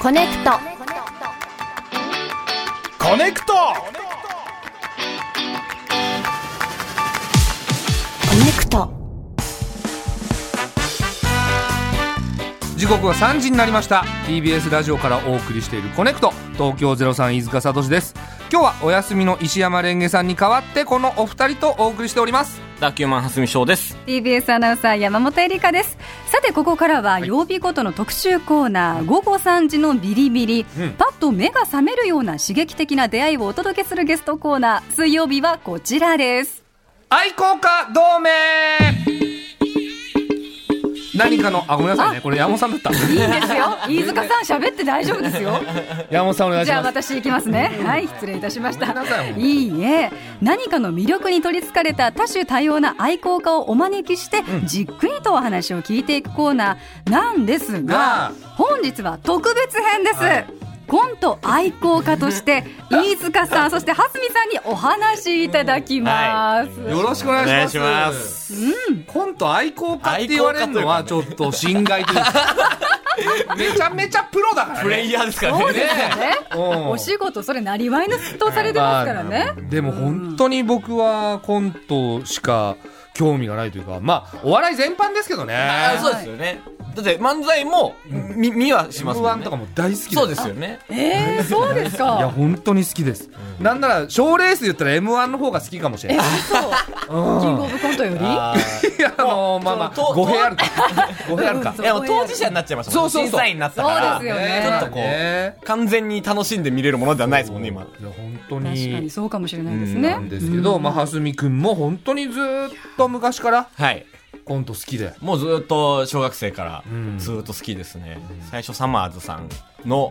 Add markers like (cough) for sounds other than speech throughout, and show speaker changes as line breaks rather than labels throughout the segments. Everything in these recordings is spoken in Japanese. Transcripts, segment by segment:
コネクト
コネクト
コネクト
時刻は3時になりました TBS ラジオからお送りしている「コネクト」東京03飯塚聡です今日はお休みの石山レンゲさんに代わってこのお二人とお送りしております
ダキューマン蓮見翔です。
TBS アナウンサー山本恵里香ですさてここからは曜日ごとの特集コーナー、午後3時のビリビリ、
うん
パッと目が覚めるような刺激的な出会いをお届けするゲストコーナー水曜日はこちらです
愛好家同盟何かのあごめんなさいねこれ山本さんだった
いいんですよ飯塚さん喋って大丈夫ですよ
(laughs) 山本さんお願いし
じゃあ
ます
私行きますねはい失礼いたしまし
ごめんなさ
た
い
いいえ何かの魅力に取りつかれた多種多様な愛好家をお招きしてじっくりとお話を聞いていくコーナーなんです
が
が本日は特別編です、コント愛好家と
(laughs)
して飯塚さんそして蓮見さんにお話しいただきます、
よろしくお願いします
お願いします
コント愛好家って言われるのはちょっと心外というか (laughs) めちゃめちゃプロだから、ね、
プレイヤーですから
そう
ね。
ですよね
うん
お仕事それなりわいのとされてますからね、
まあでも本当に僕はコントしか興味がないというかまあお笑い全般ですけどね
あそうですよね。だって漫才も見見はしますもん
M1
ね。
とかも大好き
そうですよね。
えー、そうです
いや
か
本当に好きです、なんなら賞ーレースで言ったら m 1の方が好きかもしれ
え
ない
(laughs) そうキングオブコントより
いやあのーまあまあ
と
語弊あ
(laughs)
るか語弊あるか
うん
いやもう当事者になっちゃいましたもんね。
そうそうそう
審査員になったから。
そうですよね
ちょっとこう
ね
完全に楽しんで見れるものではないですもんね、今。
いや本当に
確かにそうかもしれないですね。
なんですけど、まあ、蓮見君も本当にずーっと昔から
はい。
コント好きで。
もうずっと小学生から
ん
ずっと好きですね。最初サマーズさんの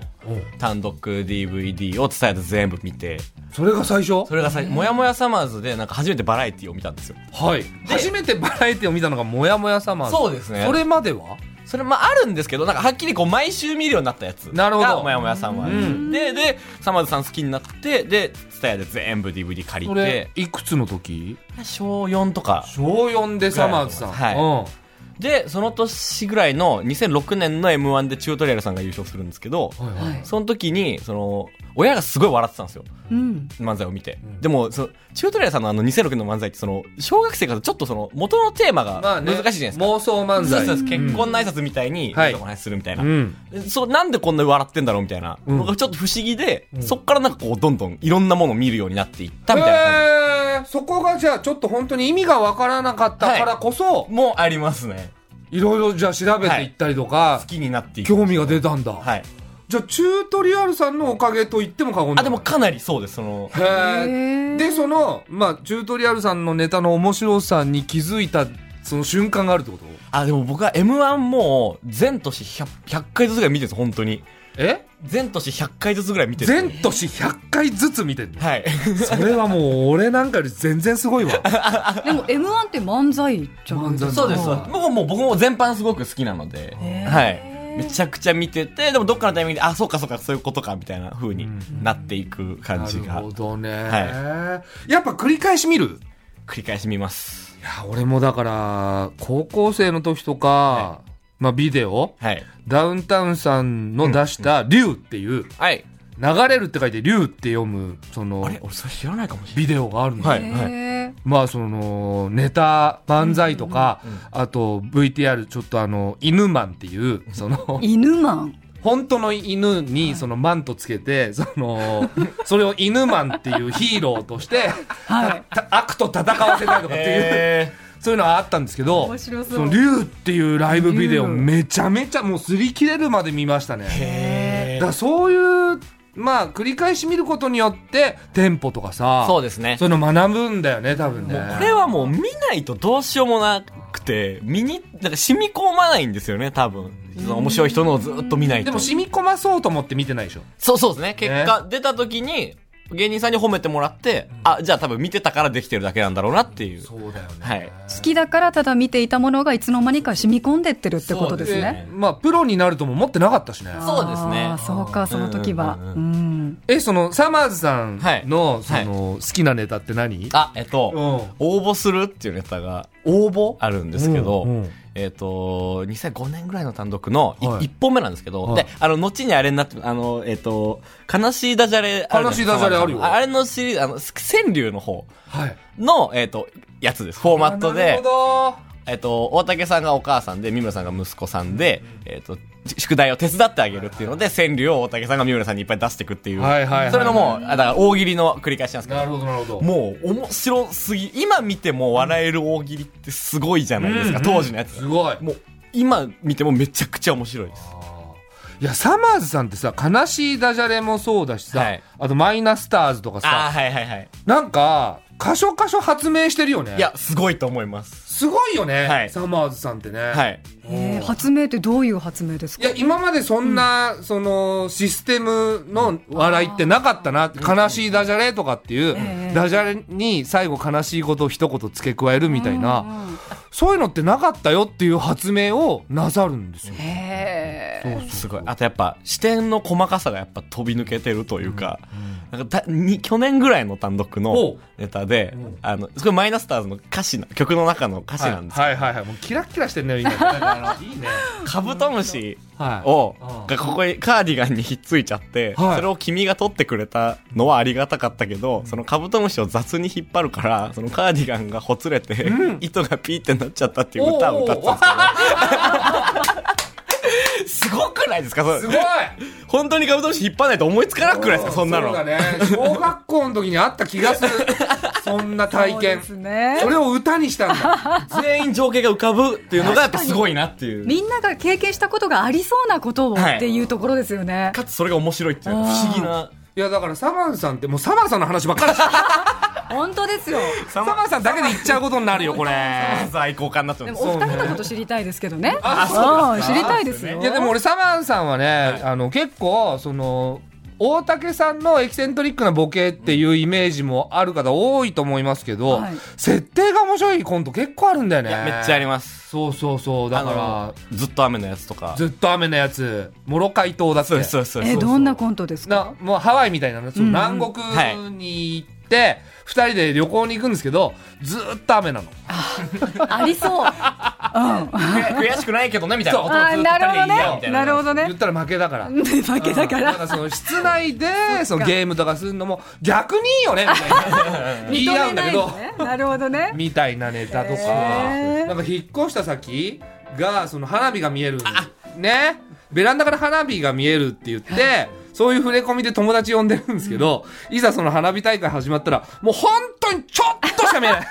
単独 DVD を伝えて全部見て、
それが最初
それが最もやもやサマーズでなんか初めてバラエティを見たんですよ。
はい。初めてバラエティを見たのがもやもや様。
そうですね
それまでは
それまああるんですけどなんかはっきりこう毎週見るようになったやつ
なるほど
がもやもやさんは、
うん
ででさまずさん好きになってで蔦屋で全部 DVD 借り
それ
て、
いくつの時
小4とか
小4でサマーズさん。
はいでその年ぐらいの2006年の m 1でチュートリアルさんが優勝するんですけど、
うん。はいはい
はい
その時にその親がすごい笑ってたんですよ
うん、
漫才を見て、
ん
でもそのチュートリアルさんのあの2006年の漫才ってその小学生からちょっとその元のテーマ
まあ
が
ね、
難しいじゃないですか、
妄想漫
そう
才。
そうそう結婚の挨拶みたいに、
はい
お話しするみたいな、
うん。
そう、なんでこんなに笑ってんだろうみたいな、
うん
のがちょっと不思議で、
ん
そっからなんかこう、どんどんいろんなものを見るようになっていったみたいな感
へーそこがじゃあちょっと本当に意味がわからなかったからこそ、
じ。もうありますね。
いろいろじゃあ調べていったりとか
好、きになっていく。
興味が出たんだ。
はい。
じゃあチュートリアルさんのおかげと言っても過言ではない
あ、でもかなりそうです、その、
へーでその、まあ、チュートリアルさんのネタの面白さに気づいたその瞬間があるってこと
あ、でも僕は M1 もう、全年 100, 100回ずつぐらい見てるんです、本当に。
え
全年100回ずつぐらい見てる。
全年100回ずつ見てんの
はい。
(laughs) それはもう俺なんかより全然す (laughs) ごいわ
でも M1 って漫才じゃないですか。
漫才
そうです、
そ
そううです。もう、もう (laughs) 僕も全般すごく好きなので、はい。めちゃくちゃ見てて、でもどっかのタイミングで、あ、そうかそうか、そういうことか、みたいな風になっていく感
な
じ
る
が、
ほどね、
は
やっぱ繰り返し見る
繰り返し見ます。
いや俺もだから高校生の時とか、
は
まあ、ビデオ
はい。
ダウンタウンさんの出した「竜」っていう
はい。
「流れる」って書いて「竜」って読むその
あれ俺それ知らないかもしれ
ビデオがあるんですよ
ない。
へ
い。
ー
まあそのネタ漫才とか、あと VTR ちょっとあの犬マンっていうそ (laughs) の
犬マン。
本当の犬にそのマンとつけてそのそれを犬マンっていうヒーローとして
はい。
た悪と戦わせたいとかっていう、
え
そういうのはあったんですけど
面白そう
の竜っていうライブビデオ
竜
めちゃめちゃもう擦り切れるまで見ましたね。だからそういうまあ繰り返し見ることによってテンポとかさ
そうですね
そういうの学ぶんだよね多分ね。
これはもう見ないとどうしようもなくて、見に、なんか染み込まないんですよね、多分。その面白い人のをずっと見ないと。
でも染み込まそうと思って見てないでしょ。
そうそうですね。結果、出た時に、芸人さんに褒めてもらって、あ、じゃあ多分見てたからできてるだけなんだろうなっていう。
そうだよね。
はい。
好きだからただ見ていたものがいつの間にか染み込んでってるってことですね。
まあプロになるとも思ってなかったしね。
そうですね
あーそうか、その時は。
う
うんん
うんうん
うん
えそのサマーズさんの,、
はい
その好きなネタって何、
あ、えっと、
うん
応募するっていうネタが
応募
あるんですけど、
うんうん
えっ、と、2005年ぐらいの単独のい、
はい
1本目なんですけど、
はい
で、あの、後にあれになって、あの、えっ、と、悲しいダジャレある
悲しいダジャレあるよ
あれのシリーズ、あの、川柳の方
はい
の、えっ、と、やつです。フォーマット
なる
で
ほ、ど
えっ、と、大竹さんがお母さんで、三村さんが息子さんで、えっ、と、宿題を手伝ってあげるっていうので、川柳を大竹さんが三村さんにいっぱい出していくっていう。
はいはいはい
それのもう、あだから大喜利の繰り返しなんですけど
なるほどなるほど
もう面白すぎ今見ても笑える大喜利ってすごいじゃないですか、
うん
当時のやつ
すごい
もう今見てもめちゃくちゃ面白いです
いやサマーズさんってさ悲しいダジャレもそうだしさ、
はい
あとマイナスターズとか
ああ
さ
はいはいはい
なんか箇所箇所発明してるよね
いやすごいと思います
すごいよね、
はい
サマーズさんってね、
はい
えー発明ってどういう発明です
い
か
や今までそんな、そのシステムの笑いってなかったなって悲しいダジャレとかっていう、
ええ
ダジャレに最後悲しいことを一言付け加えるみたいな、
うんうん
そういうのってなかったよっていう発明をなさるんですよ。
へ
そうそう
すごいあとやっぱ視点の細かさがやっぱ飛び抜けてるというか,、なんかだに去年ぐらいの単独
お
の
う
ネタで、
ん
あのすごいマイナスターズの歌詞の曲の中の歌詞なんですけど、
はいはいはいもうキラッキラしてんね今いいね
カブトムシ
(laughs) はい
を
うん
がここにカーディガンにひっついちゃって、
はい
それを君が取ってくれたのはありがたかったけどそのカブトムシを雑に引っ張るからそのカーディガンがほつれて、糸がピーってなっちゃったっていう歌を歌ってたん (laughs) ですけどすごくないですかそ
す
れ
ごい
本当にカブトムシ引っ張らないと思いつかなくないですかそんなの
そうだね小学校の時にあった気
(laughs)
がするそんな体
そう
験
ですね
それを歌にしたんだ
全員情景が浮かぶっていうのがやっぱすごいなっていう
みんなが経験したことがありそうなことを
はい
っていうところですよね、
かつそれが面白いっていうのが不思議ない
やだからサマンさんってもうサマンさんの話ばっかりしてる
本当ですよ
サマンさんだけで言っちゃうことになるよこれ
最高感になって
で
ま
も
す
お二人のこと知りたいですけどね
あ
ああ知りたいですよ
いやでも俺サマンさんはね、あの結構その大竹さんのエキセントリックなボケっていうイメージもある方多いと思いますけど、
はい
設定が面白いコント結構あるんだよね
いやめっちゃあります
そうそうそうだ
あ
か
のずっと雨のやつとから
ずっと雨のやつモロカイ島だって
そうですそうですそうです
えどんなコントですか
なもうハワイみたいなの、その
うん
南国に行って、二人で旅行に行くんですけどずーっと雨なの
ありそう、うん、
悔しくないけどねみたいな
そう
あーなるほどねなるほど
言
ね
ったら負けだから
(laughs) 負けだか
うん
ら
んその室内でそのゲームとかするのも逆にいいよねみたいな言い合うんだけど
認めないのねなるほどね
みたいなネタとか、
へー
なんか引っ越した先がその花火が見えるねベランダから花火が見えるって言ってそういう触れ込みで友達呼んでるんですけど、いざその花火大会始まったらもう本当にちょっとしか見えない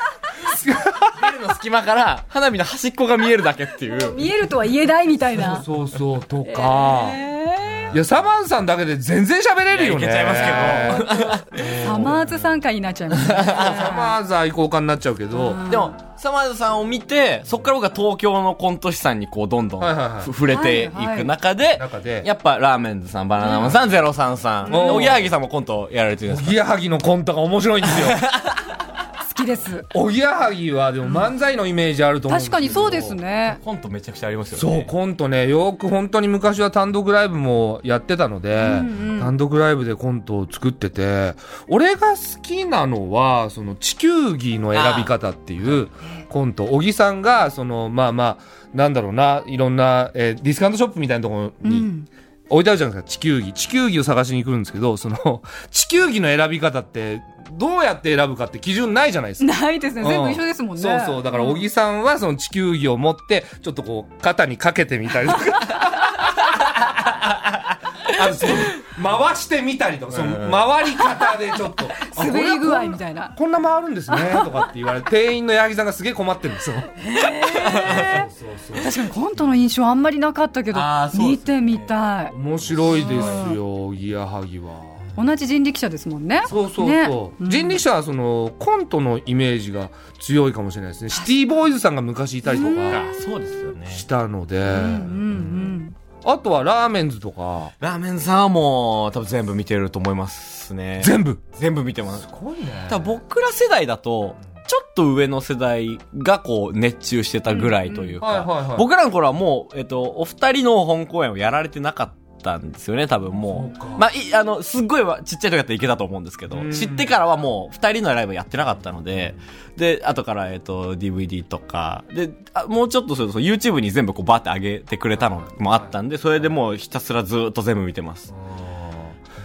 ビルの隙間から花火の端っこが見えるだけっていう
見えるとは言えないみたいな
(laughs) そうそうとか、
え
いやサマンさんだけで全然喋れるよね
いやいけちゃいますけど
ーサマーズ参加になっちゃいます
(laughs)
ね
サマーズ愛好家になっちゃうけど、
でもサマーズさんを見てそこから僕は東京のコント師さんにこうどんどん
はいはいはい
ふ触れていく中で、
中で
やっぱラーメンズさんバナナマンさん、ゼロさんさん
ん
おぎやはぎさんもコントやられてるんです
ギヤハギのコントが面白い
(laughs)
んですよ。
好きです
おぎやはぎはでも漫才のイメージあると思うん
確
ですけど
かにそうです。ね
コントめちゃくちゃありますよ
そう
ね
コントねよく本当に昔は単独ライブもやってたので、
んうん
単独ライブでコントを作ってて俺が好きなのはその地球儀の選び方っていうコント小木さんがそのまあまあなんだろうないろんな、えーディスカウントショップみたいなところ
う
に
ん
置いてあるじゃないですか地球儀地球儀を探しに来るんですけどそ (laughs) の地球儀の選び方ってどうやって選ぶかって基準ないじゃないですか。
ないですね全部一緒ですもんね
そうそうだから小木さんはその地球儀を持ってちょっとこう肩にかけてみたりとか (laughs) あとその回してみたりとかその回り方でちょっ (laughs) と
滑り具合み
い
たいな
こんな回るん (laughs) ですねとかって言われて店員の八木さんがすげえ困ってるんですよそうそうそう
確かにコントの印象あんまりなかったけど、
あーそうですね
見てみたい
面白いですよギアハギは。
同じ人力車ですもんね
そうそうそう、
ねうん
人力車はそのコントのイメージが強いかもしれないですねシティボーイズさんが昔いたりとか
あそうですよね
したので、
うんうん
あとはラーメンズとか
ラーメンズさんはもう多分全部見てると思いますね
全部
全部見てます
ごいね
ただ僕ら世代だと、ちょっと上の世代がこう熱中してたぐらいという
うんうんはいはいは
か
い、
僕らの頃はもう、えっと、お二人の本公演をやられてなかっったんですよね、多分も
そう
う。
か
まあ、いあの、すっごいわちっちゃい時だったらいけたと思うんですけど、
うん
知ってからはもう二人のライブやってなかったので、で、後から、えっ、と、DVD とか、で、あもうちょっとすると、そう YouTube に全部こうバーって上げてくれたのもあったんで、それでもうひたすらずーっと全部見てます。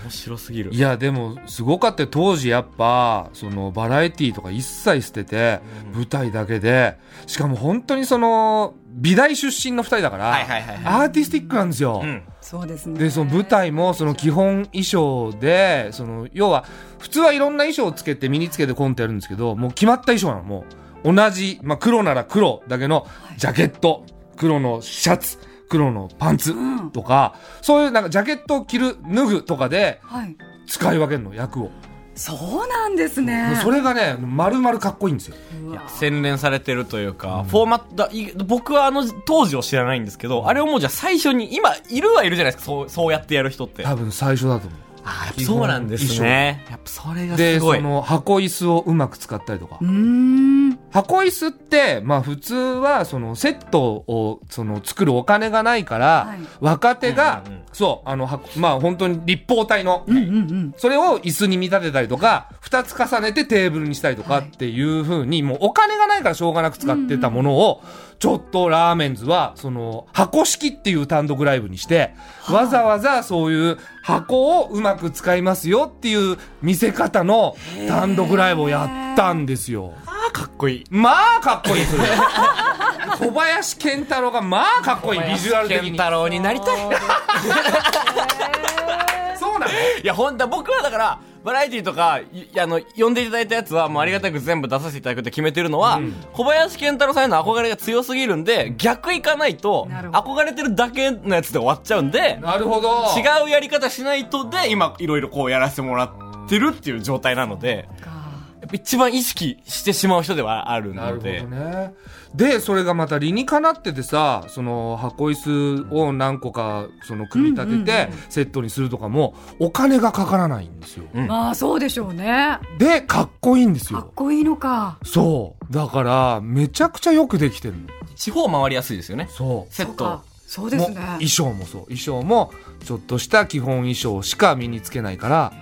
面白すぎる
い。やでもすごかったよ当時やっぱそのバラエティーとか一切捨てて、舞台だけでしかも本当にその美大出身の2人だから、
はいはいはいは
アーティスティックなんですよ。
うん。
そうですね
でその舞台もその基本衣装でその要は普通はいろんな衣装をつけて身につけてコントやるんですけどもう決まった衣装なのもう同じ、まあ、黒なら黒だけのジャケット黒のシャツ黒のパンツ
うん
とか、そういうなんかジャケットを着る脱ぐとかで
はい
使い分けるの役を、
そうなんですね
それがね丸々かっこいいんですよ
うわ
洗練されてるというか、フォーマットだい僕はあの当時を知らないんですけど、あれをもうじゃあ最初に今いるはいるじゃないですかそうそうやってやる人って
多分最初だと思
あ
基本
そうなんですねやっぱそれ
う
が
です
ご
そ
い
の箱椅子をうまく使ったりとか
うーん
箱椅子って、まあ普通はそのセットをその作るお金がないから、
はい
若手が、
うんうんうん
そう、あの、はまあ本当に立方体の、
うんうんうん
それを椅子に見立てたりとか、二つ重ねてテーブルにしたりとかっていう風に、もうお金がないからしょうがなく使ってたものを、ちょっとラーメンズは、その、箱式っていう単独ライブにして、わざわざそういう箱をうまく使いますよっていう見せ方の単独ライブをやったんですよ。
あかっこいい
まあかっこいいそれ小林健太郎がまあかっこいいビジュアル的
健
に
太郎になりたい
そうなの
いや本当僕はだからバラエティとかいあの呼んでいただいたやつはもうありがたく全部出させていただくって決めてるのは、小林健太郎さんへの憧れが強すぎるんで逆いかないと
なるほ
憧れてるだけのやつで終わっちゃうんで
なるほど
違うやり方しないとで今いろいろこうやらせてもらってるっていう状態なのでやっぱ一番意識してしまう人ではある
なるほ
の
ど
で
ねでそれがまた理にかなっててさその箱椅子を何個かその組み立ててセットにするとかもお金がかからないんですよ
まあそうでしょうね
でかっこいいんです
かっ
よ
こいいのか
そうだからめちゃくちゃよくできてるの
地方回りやすいですよね
そう
セ
そ
ッ
う
ト
かそうですね
も衣装もそう衣装もちょっとした基本衣装しか身につけないから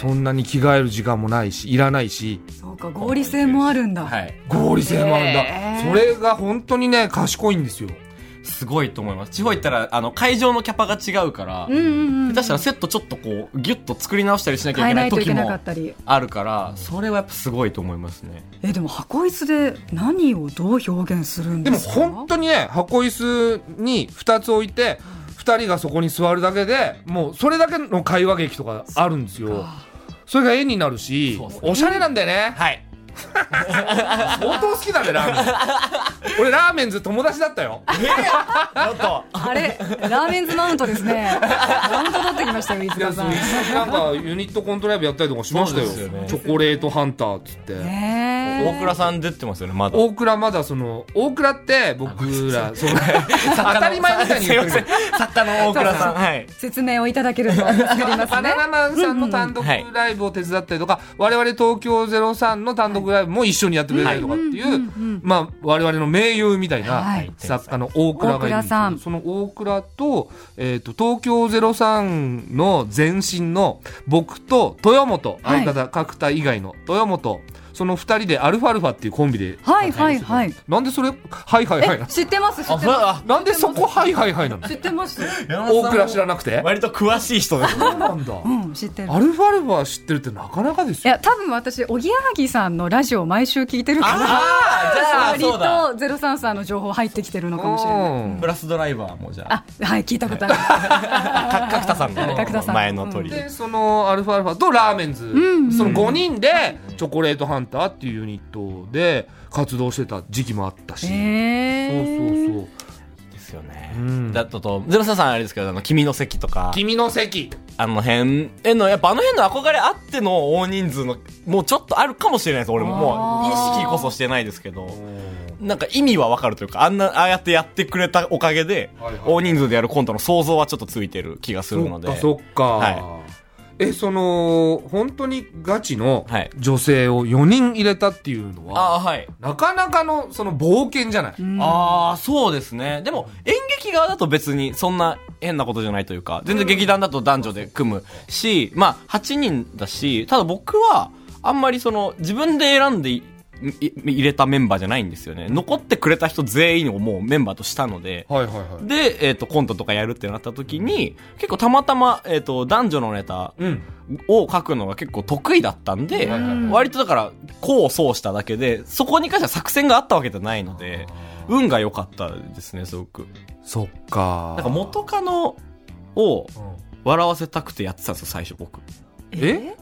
そんなに着替える時間もないしいらないし
そうか合理性もあるんだ、
はい
合理性もあるんだ
へー
それが本当にね賢いんですよ
すごいと思います地方行ったらあの会場のキャパが違うから
うんうんうん
下手したらセットちょっとこうギュッと作り直したりしなきゃ
変え
いけ
な
ないい
とい
時
けな
も
かったり
あるからそれはやっぱすごいと思いますね
えでも箱椅子で何をどう表現するん
で
で
も
すか
本当にね箱椅子に2つ置いて2人がそこに座るだけでもうそれだけの会話劇とかあるんですよそれが絵になるし
そうそう
おしゃれなんだよね
はい
相当好きだねラーメン俺ラーメンズ友達だったよ
ちょっと
あれラーメンズマウントですねマウント取ってきましたよ飯
いや
塚
そ
さ
うん一緒になんかユニットコントライブやったりとかしましたよ
そうですよね
チョコレートハンターっつって、
ね
大倉さん出てますよねまだ
大倉まだその大倉って僕ら (laughs) そう当たり前みたいに言ってるけ
(laughs)
ど
作家の大倉さんはい
説明をいただけると作りま
バ
すね
ナナマンさんの単独ライブを手伝ったりとか、我々東京03の単独ライブも一緒にやってくれたりとかっていう、まあ、我々の盟友みたい
は
ない作家の大倉がいるんですけど
大倉さん
その大倉と,、えー、と東京03の前身の僕と豊本相方角田以外の豊本その二人でアルファルファっていうコンビで
はいはいはい
なんでそれはいはいはいな
え知ってます知
あ
って
それ
ま
あ
なんでそこはいはいはいなの
す知ってます
大倉知らなくて
割と詳しい人ですね
そうなんだ
うん知ってる
アルファルファ知ってるってなかなかです
い
よ
や多分私おぎやはぎさんのラジオを毎週聞いてるから
あ
割とゼロ三さんの情報入ってきてるのかもしれない
うん
プラスドライバーもじゃあ
あはい聞いたことある
か角田さん
角田
の
さん
前の鳥
でそのアルファアルファとラーメンズ、その5人でチョコレートハンターっていうユニットで活動してた時期もあったし、
へー
そうそうそう
ですよ
うん
ねだととゼロさんあれですけどあの君の席とか
君の席
あの辺へのやっぱあの辺の憧れあっての大人数のもうちょっとあるかもしれないです俺もも
あ
う
ー
意識こそしてないですけどなんか意味はわかるというかあんなああやってやってくれたおかげで
はいはい
大人数でやるコントの想像はちょっとついてる気がする
そ
の
っ
で
かそっか、
は
えその本当にガチの
はい
女性を4人入れたっていうのは、
ああはい
なかなかのその冒険じゃない、
ああそうですねでも演劇側だと別にそんな変なことじゃないというか、全然劇団だと男女で組むし、まあ、8人だし、ただ僕は、あんまりその、自分で選んでいい入れたメンバーじゃないんですよね。残ってくれた人全員をもうメンバーとしたので、
はいはいはい。
で、えっ、と、コントとかやるってなった時に、結構たまたま、えっ、と、男女のネタ
うん。
を書くのが結構得意だったんで、
はいはいはい
割とだから、こうそうしただけで、そこに関しては作戦があったわけじゃないので、運が良かったですね、すごく。
そっか。
なんか元カノを
うん
笑わせたくてやってたんですよ、最初僕。
え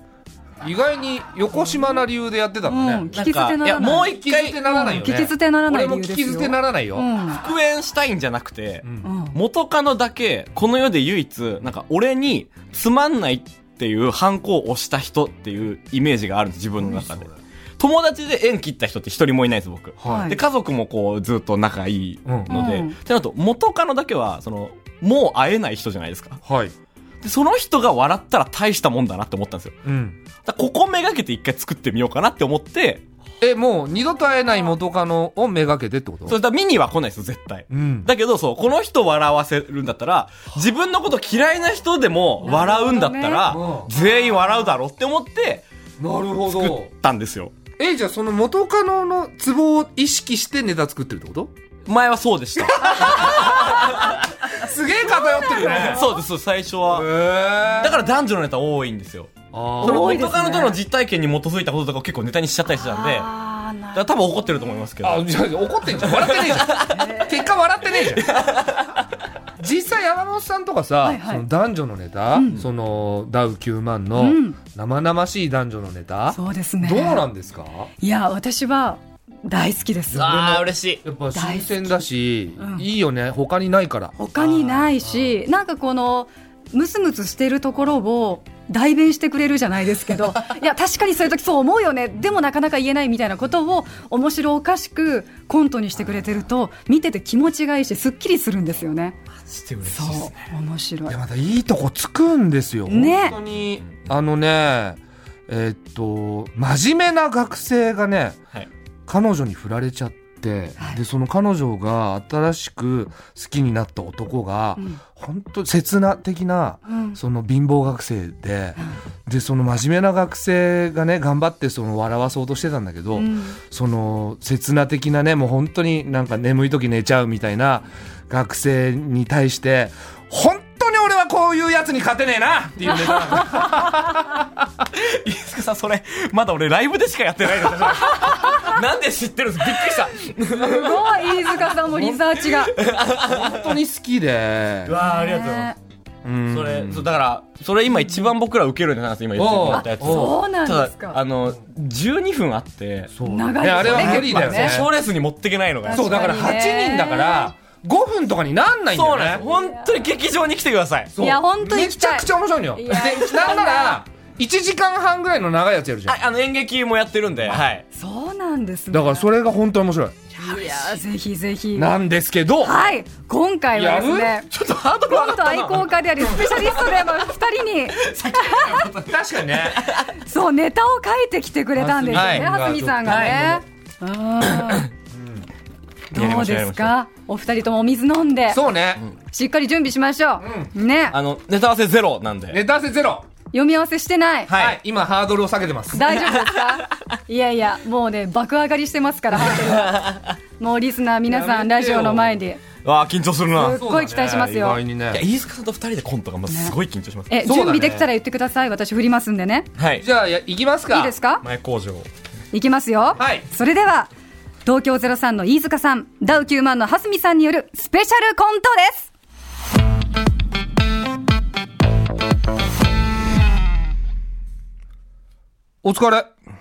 意外に横島な理由でやってたのね。
うん、聞き捨てなら
んかいやも
な
う
い。
一
聞き捨
回
てならないよ
聞
ね。
き捨てならない
俺
理
も
由
聞
です
き
よ。
捨てならないよ。
うん
復縁したいんじゃなくて、
うん
うん
元カノだけ、この世で唯一、なんか俺につまんないっていう反抗を押した人っていうイメージがあるんです、自分の中で。友達で縁切った人って一人もいないです、僕。
は
はい
い。
で、家族もこう、ずっと仲いい
うん
ので。
うん
ってなると、元カノだけは、その、もう会えない人じゃないですか。
はい。
で、その人が笑ったら大したもんだなって思ったんですよ。
うん。
だからここめがけて一回作ってみようかなって思って、
え、もう二度と会えない元カノをめがけてってこと
それだから見には来ないですよ、絶対。
うん。
だけど、そう、この人笑わせるんだったら、自分のこと嫌いな人でも笑うんだった
な
ら、
るほどね
全員笑うだろうって思って、
なるほ
作っ。たんですよ。
え、じゃあその元カノのツボを意識してネタ作ってるってこと
前はそう
(laughs)
でした。
すげえ偏ってるよね。
そうです、そうです最初は。
へ
だから男女のネタ多いんですよ。
あ
その
多いです
元
ね
カノとの実体験に基づいたこととかを結構ネタにしちゃったりしてたんで、だか
あーなる
ら多分怒ってると思いますけど。
あ、じゃあ怒ってんじゃん。笑ってねえじゃん。結果笑ってねえじゃん。実際山本さんとかさ、
はいはい
その男女のネタ、そのダウ9万の
うん
生々しい男女のネタ、
そうですね。
どうなんですか
いや、私は大好きです。
あー、嬉しい。
やっぱ新鮮だし、いいよね他にないから
他にないし、なんかこの、ムスムスしてるところを代弁してくれるじゃないですけ
(laughs)
ど、いや、確かにそういう時そう思うよね。でもなかなか言えないみたいなことを、面白おかしくコントにしてくれてると、見てて気持ちがいいし、すっきりするんですよね。
して嬉しいですね。
そう、面白
い
い
や。またいいとこつくんですよ、
ね
本当にあのねえーっと真面目な学生がね
はい。
彼女に振られちゃって、
はい
でその彼女が新しく好きになった男が、
うん
本当刹那的な
うん
その貧乏学生で、でその真面目な学生がね頑張ってその笑わそうとしてたんだけど、
うん
その刹那的なねもう本当になんか眠い時寝ちゃうみたいな学生に対して本当に俺はこういうやつに勝てねえなっていうネタなんだよ
飯塚さん、それ、まだ俺ライブでしかやってないです。 (laughs) なんで知ってるんですびっくりした。
すごい、飯塚さんもリサーチが。
本当に好きで
う、わー、ありがとうございます
ね。
うん
それ、そうだから、それ今一番僕ら受けるんじゃないですか、今言ってもらったやつ。
おうお
そうなん
た
で
だ
す、
あ
か。
の、12分あって、
そう
長いですね
ねあれは無理だよね
結
賞レースに持っていけないのが。
そうだから
確かにね
8人だから5分とかになんないんだ
そう
よ
なんです。
ね
本当に劇場に来てください。
そう
いや本当に
め
行き
ち
たい
ゃくちゃ面白いのよ
い
で
や
なんなら1時間半ぐらいの長いやつやるじゃん
はい、あの演劇もやってるんで、はい。
そうなんですね。
だからそれが本当に面白
いやー、ぜひぜひ
い。なんですけど
はい、今回はです
や
ね、
ちょっとハードル上
コン
がっ
ト
た
愛
な。
好家であり、スペシャリストでも2人に、
確かにね
そう、ネタを書いてきてくれたんですよね、
は
蓮
い
見さんがね。うん
やり
どう
ましょ
で
うやり
す
ましょう
かお二人ともお水飲んで、
そうね
しっかり準備しましょう。ね、
あの、ネタ合わせゼロなんで。
ネタ合わせゼロ
読み合わせしてない。
はい
はい今ハードルを下げてます
大丈夫ですかいやいや、もうね、爆上がりしてますから、ハードルはもうリスナー皆さん、
や
ラ
めて
ジ
よ
オの前に、
わあ緊張するな。
すっ
い
ごい期待しますよ
意外。に
や、
ね
飯塚さんと二人でコントがもうすごい緊張します。
え、
そうだね
準備できたら言ってください。私振りますんでね。
はい。
じゃあや行きますか
いいですか
前工場。
いきますよ。
はい
それでは、東京03の飯塚さん、ダウ9万の蓮見さんによるスペシャルコントです。
お疲れ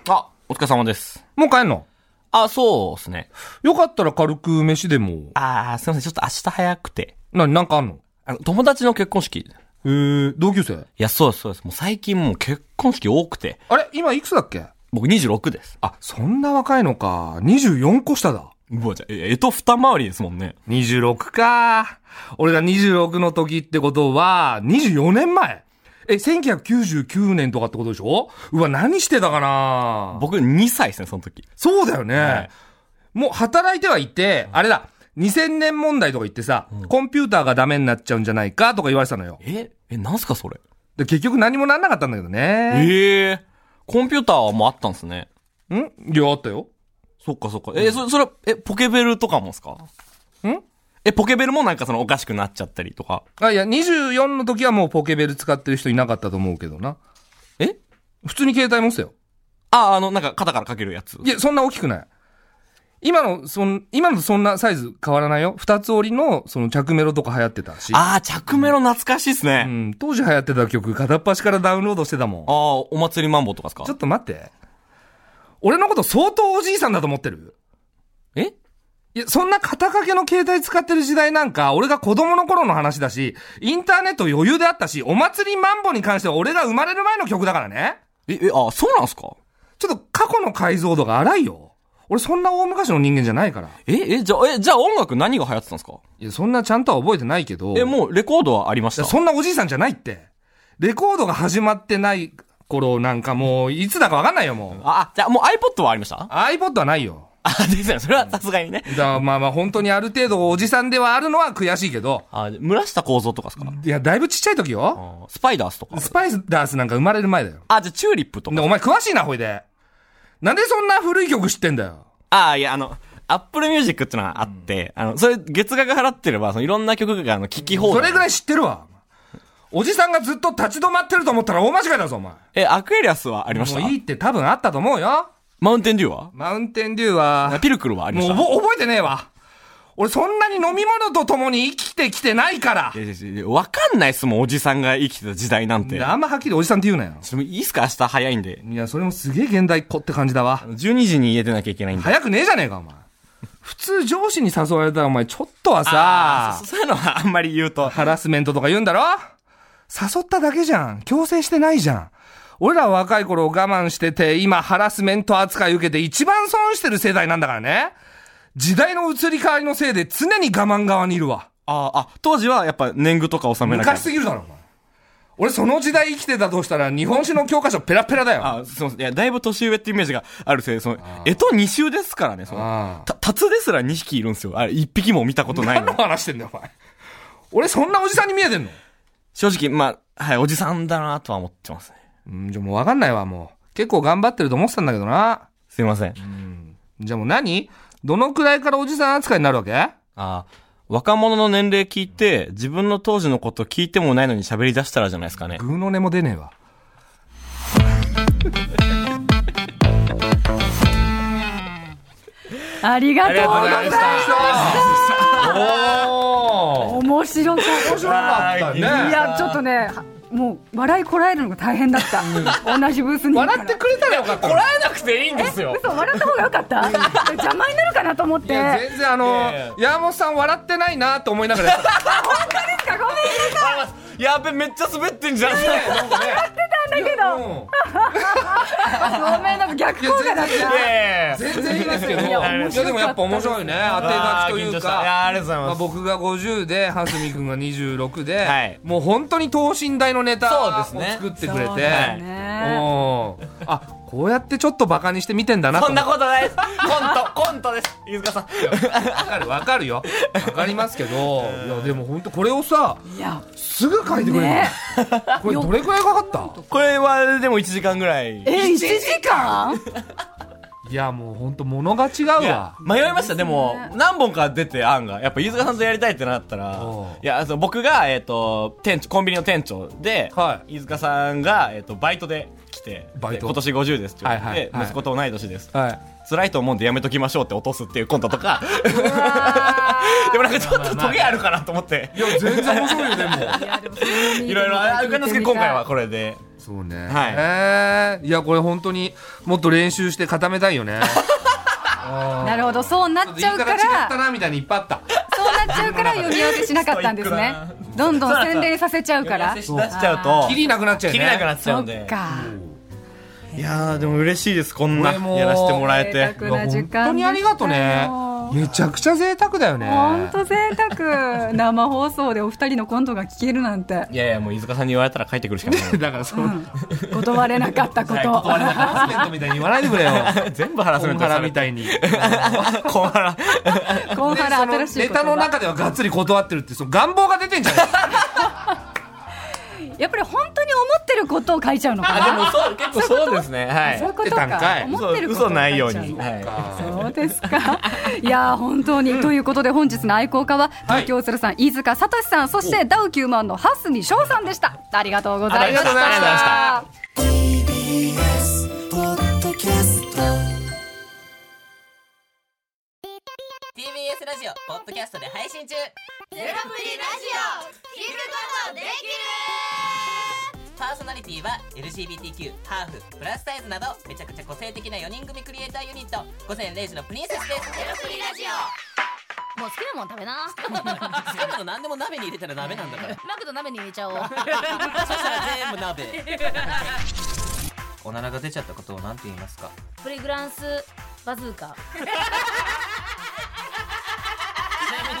あ、お疲れ様です。
もう帰んの
あ、そうですね。
よかったら軽く飯でも
あー、すいません。ちょっと明日早くて。
ななんかあんの
あの、友達の結婚式。い
えー同級生
や、そうです、そうです。もう最近もう結婚式多くて。
あれ今いくつだっけ
僕26です。
あ、そんな若いのか。24個下だ。
うわ、じゃあ、ええと二回りですもんね。
26か。俺が26の時ってことは、24年前。え、1999年とかってことでしょうわ、何してたかな
僕2歳ですね、その時。
そうだよね。
はい
もう働いてはいて、あれだ、 2000年問題とか言ってさ、コンピューターがダメになっちゃうんじゃないかとか言われてたのよ。
え、え、なんすかそれ。
で、結局何もなんなかったんだけどね。
ええコンピューターはもうあったんですね。
んいや、あったよ。
そっかそっか。え、そ、それは、え、ポケベルとかもですか
ん
え、ポケベルもなんかそのおかしくなっちゃったりとか。
あ、いや、24の時はもうポケベル使ってる人いなかったと思うけどな。
え
普通に携帯持つよ。
あ、あの、なんか肩からかけるやつ。
いや、そんな大きくない。今の、そん、今のそんなサイズ変わらないよ。二つ折りの、その着メロとか流行ってたし。
あー、着メロ懐かしいっ
う
すね。
ん、当時流行ってた曲片っ端からダウンロードしてたもん。
あー、お祭りマンボウとかですか
ちょっと待って。俺のこと相当おじいさんだと思ってる
え
いや、そんな肩掛けの携帯使ってる時代なんか、俺が子供の頃の話だし、インターネット余裕であったし、お祭りマンボに関しては俺が生まれる前の曲だからね。
え、え、あ、そうなんすか
ちょっと過去の解像度が荒いよ。俺そんな大昔の人間じゃないから。
え、え、じゃあ、え、じゃあ音楽何が流行ってたんですか
いや、そんなちゃんとは覚えてないけど。
え、もうレコードはありまし
だ
た。
そんなおじいさんじゃないって。レコードが始まってない頃なんかもう、いつだかわかんないよ、もう。
あ、じゃあもう iPod はありました
iPod はないよ。
あ、ですよね。それはさすがにね。
だからまあまあ本当にある程度おじさんではあるのは悔しいけど。
あ、村下構造とかですか
いや、だいぶちっちゃい時よ。
あスパイダースとか。
スパイダースなんか生まれる前だよ。
あ、じゃあチューリップと
で
か。
お前詳しいな、ほいで。なんでそんな古い曲知ってんだよ。
あ、いや、あの、アップルミュージックってのがあって、あの、それ月額払ってれば、そのいろんな曲が、あの、聴き放題。
それぐら
い。
い知ってるわ。おじさんがずっと立ち止まってると思ったら大間違いだぞ、お前。
え、アクエリアスはありまし
も
た
ういいって多分あったと思うよ。
マウンテンデューは
マウンテンデューは
あ、ピルクルはあり
も
まし
う
た
覚覚えてねえわ。俺そんなに飲み物と共に生きてきてないから。
いやいやいやわかんないっすもん、おじさんが生きてた時代なんて。
あんまはっきりおじさんって言うなよ。
ちょっといいっすか明日早いんで。
いや、それもすげえ現代っ子って感じだわ。
12時に家出なきゃいけないんで。
早くねえじゃねえか、お前。普通上司に誘われたらお前ちょっとは
あ
さ
あ、、そ (laughs) そういうのはあんまり言うと。
ハラスメントとか言うんだろ誘っただけじゃん。強制してないじゃん。俺ら若い頃我慢してて、今ハラスメント扱い受けて一番損してる世代なんだからね。時代の移り変わりのせいで常に我慢側にいるわ。
ああ、当時はやっぱ年貢とか納めなきゃ。
昔すぎるだろ、お前。俺その時代生きてたとしたら日本史の教科書ペラペラだよ。
あ、すみません。いや、だいぶ年上ってイメージがあるせいで、その、えと2周ですからね、そ
あ
の、た、タツですら2匹いるんですよ。あれ、1匹も見たことない
何の
の。
話してんだよ、お前。俺そんなおじさんに見えてんの
(laughs) 正直、まあ、はい、おじさんだなとは思ってますね。
うん、じゃあもうわかんないわ、もう。結構頑張ってると思ってたんだけどな。
すいません。
じゃあもう何どのくらいからおじさん扱いになるわけ
あ若者の年齢聞いて、自分の当時のこと聞いてもないのに喋り出したらじゃないですかね。
グーの音も出ねえわ。
ありがとうございま
ありがとうございました
す。
おー
面白かった。
面白かったね。
い
いやちょっとねはもう笑いこらえるのが大変だった同じブースにいるから
笑ってくれたらよかった。こ
らえなくていいんですよ。
嘘笑った方が良かった邪魔になるかなと思って
いや、全然あの
いやいや、
山本さん笑ってないなと思いながらやってた。
ごめんな
やべ、めっちゃ滑ってんじゃん。
さいだけどごめんなさい逆効果だっ
いや
た
全然いいですけど。い
いや面白かった
や、でもやっぱ面白いね。当て書きというか。
ありがとうござい
まあ、。僕が50で、蓮見君が26で、
はい
もう本当に等身大のネタを
そうですね
作ってくれ
そう
て、
だね
おーあこうやってちょっとバカにして見てんだなと思って
ことないです。コント、コントです。飯塚さん。
わかるわかるよわかりますけ
(laughs)
どいやでも本当これをさ
いや
すぐ書いてくれるの、
ね
これどれくらいかかった
これは、でも1時間ぐらい。
え1時間
いやもう本当物が違う
いや
わ
迷いました、でも、何本か出て案が。やっぱ、飯塚さんとやりたいってなったら
おう、
いや、その僕が、えっ、と、店長、コンビニの店長で、
は
飯塚さんが、えっ、と、バイトで来て、
バイト
で今年50ですって言っ
は
て、
いはいはい
息子と同い年です。
はい
辛いと思うんでやめときましょうって落とすっていうコント
(laughs)
とか、でもなんかちょっとトゲあるかなと思って、
いや全然面白いよでも
いろいろあるんですけど、今回はこれで。
そうね
はい
えーいやこれ本当にもっと練習して固めたいよ
(laughs)
ね
なるほどそうなっち
言
ゃ
いう方
か
違った
ら
なみたいにいっぱいあった
そうなっちゃうから読み上げしなかったんですねどんどん洗礼させちゃうから
出しちゃうと、
きりなくなっちゃう
切
よ
れ
ね
なくなっちゃ
そ
うん
っ
で。
か
いやー、でも嬉しいです、こんな、
俺も
やらせてもらえ
贅
て。
沢な時間
本当にありがとうね
でしたよ
めちゃくちゃ贅沢だよね
本当贅沢生放送でお二人のコントが聞けるなんて
いやいやもう飯塚さんに言われたら帰ってくるしかない
だからその、
うん断れなかった
(laughs)
こと、
断れなハラスメントみたいに言わないでくれよ
(laughs) 全部ハラスメント
コンハ
さ
ラ
れ
み
て
たいに
コンハラ
コンハラ
でその
新しい
ネ
こ
タ
と
の中ではがっつり断ってるってその願望が出てんじゃない
やっぱり本当に思ってることを書いちゃうのかな
あでもそう結構そうですねは
そういう
い
こと
言ってたんか
か
い
思ってることを書
嘘
ちゃ
ないよう
の
にはい
そうですか。いやー本当に、ということで本日の愛好家は東京ゼロさん、飯塚聡さんそしてダウ九万の蓮見翔さんでした。ありがとうございま
ありがとうございま
した。
TBS ラジオポッドキャストで配信中ゼロプリラジオ聞くことできるパーソナリティは LGBTQ ハーフプラスサイズなどめちゃくちゃ個性的な4人組クリエイターユニット午前0時のプリンセスですゼロプリラジ
もう好きなもん食べな。
(laughs) オ好きなの何でも鍋に入れたら鍋なんだから
(laughs) マクド鍋に入れ (laughs) ちゃおう。
そしたら全部鍋おならが出ちゃったことを何て言いますか
プリグランスバズーカ。
ちなみ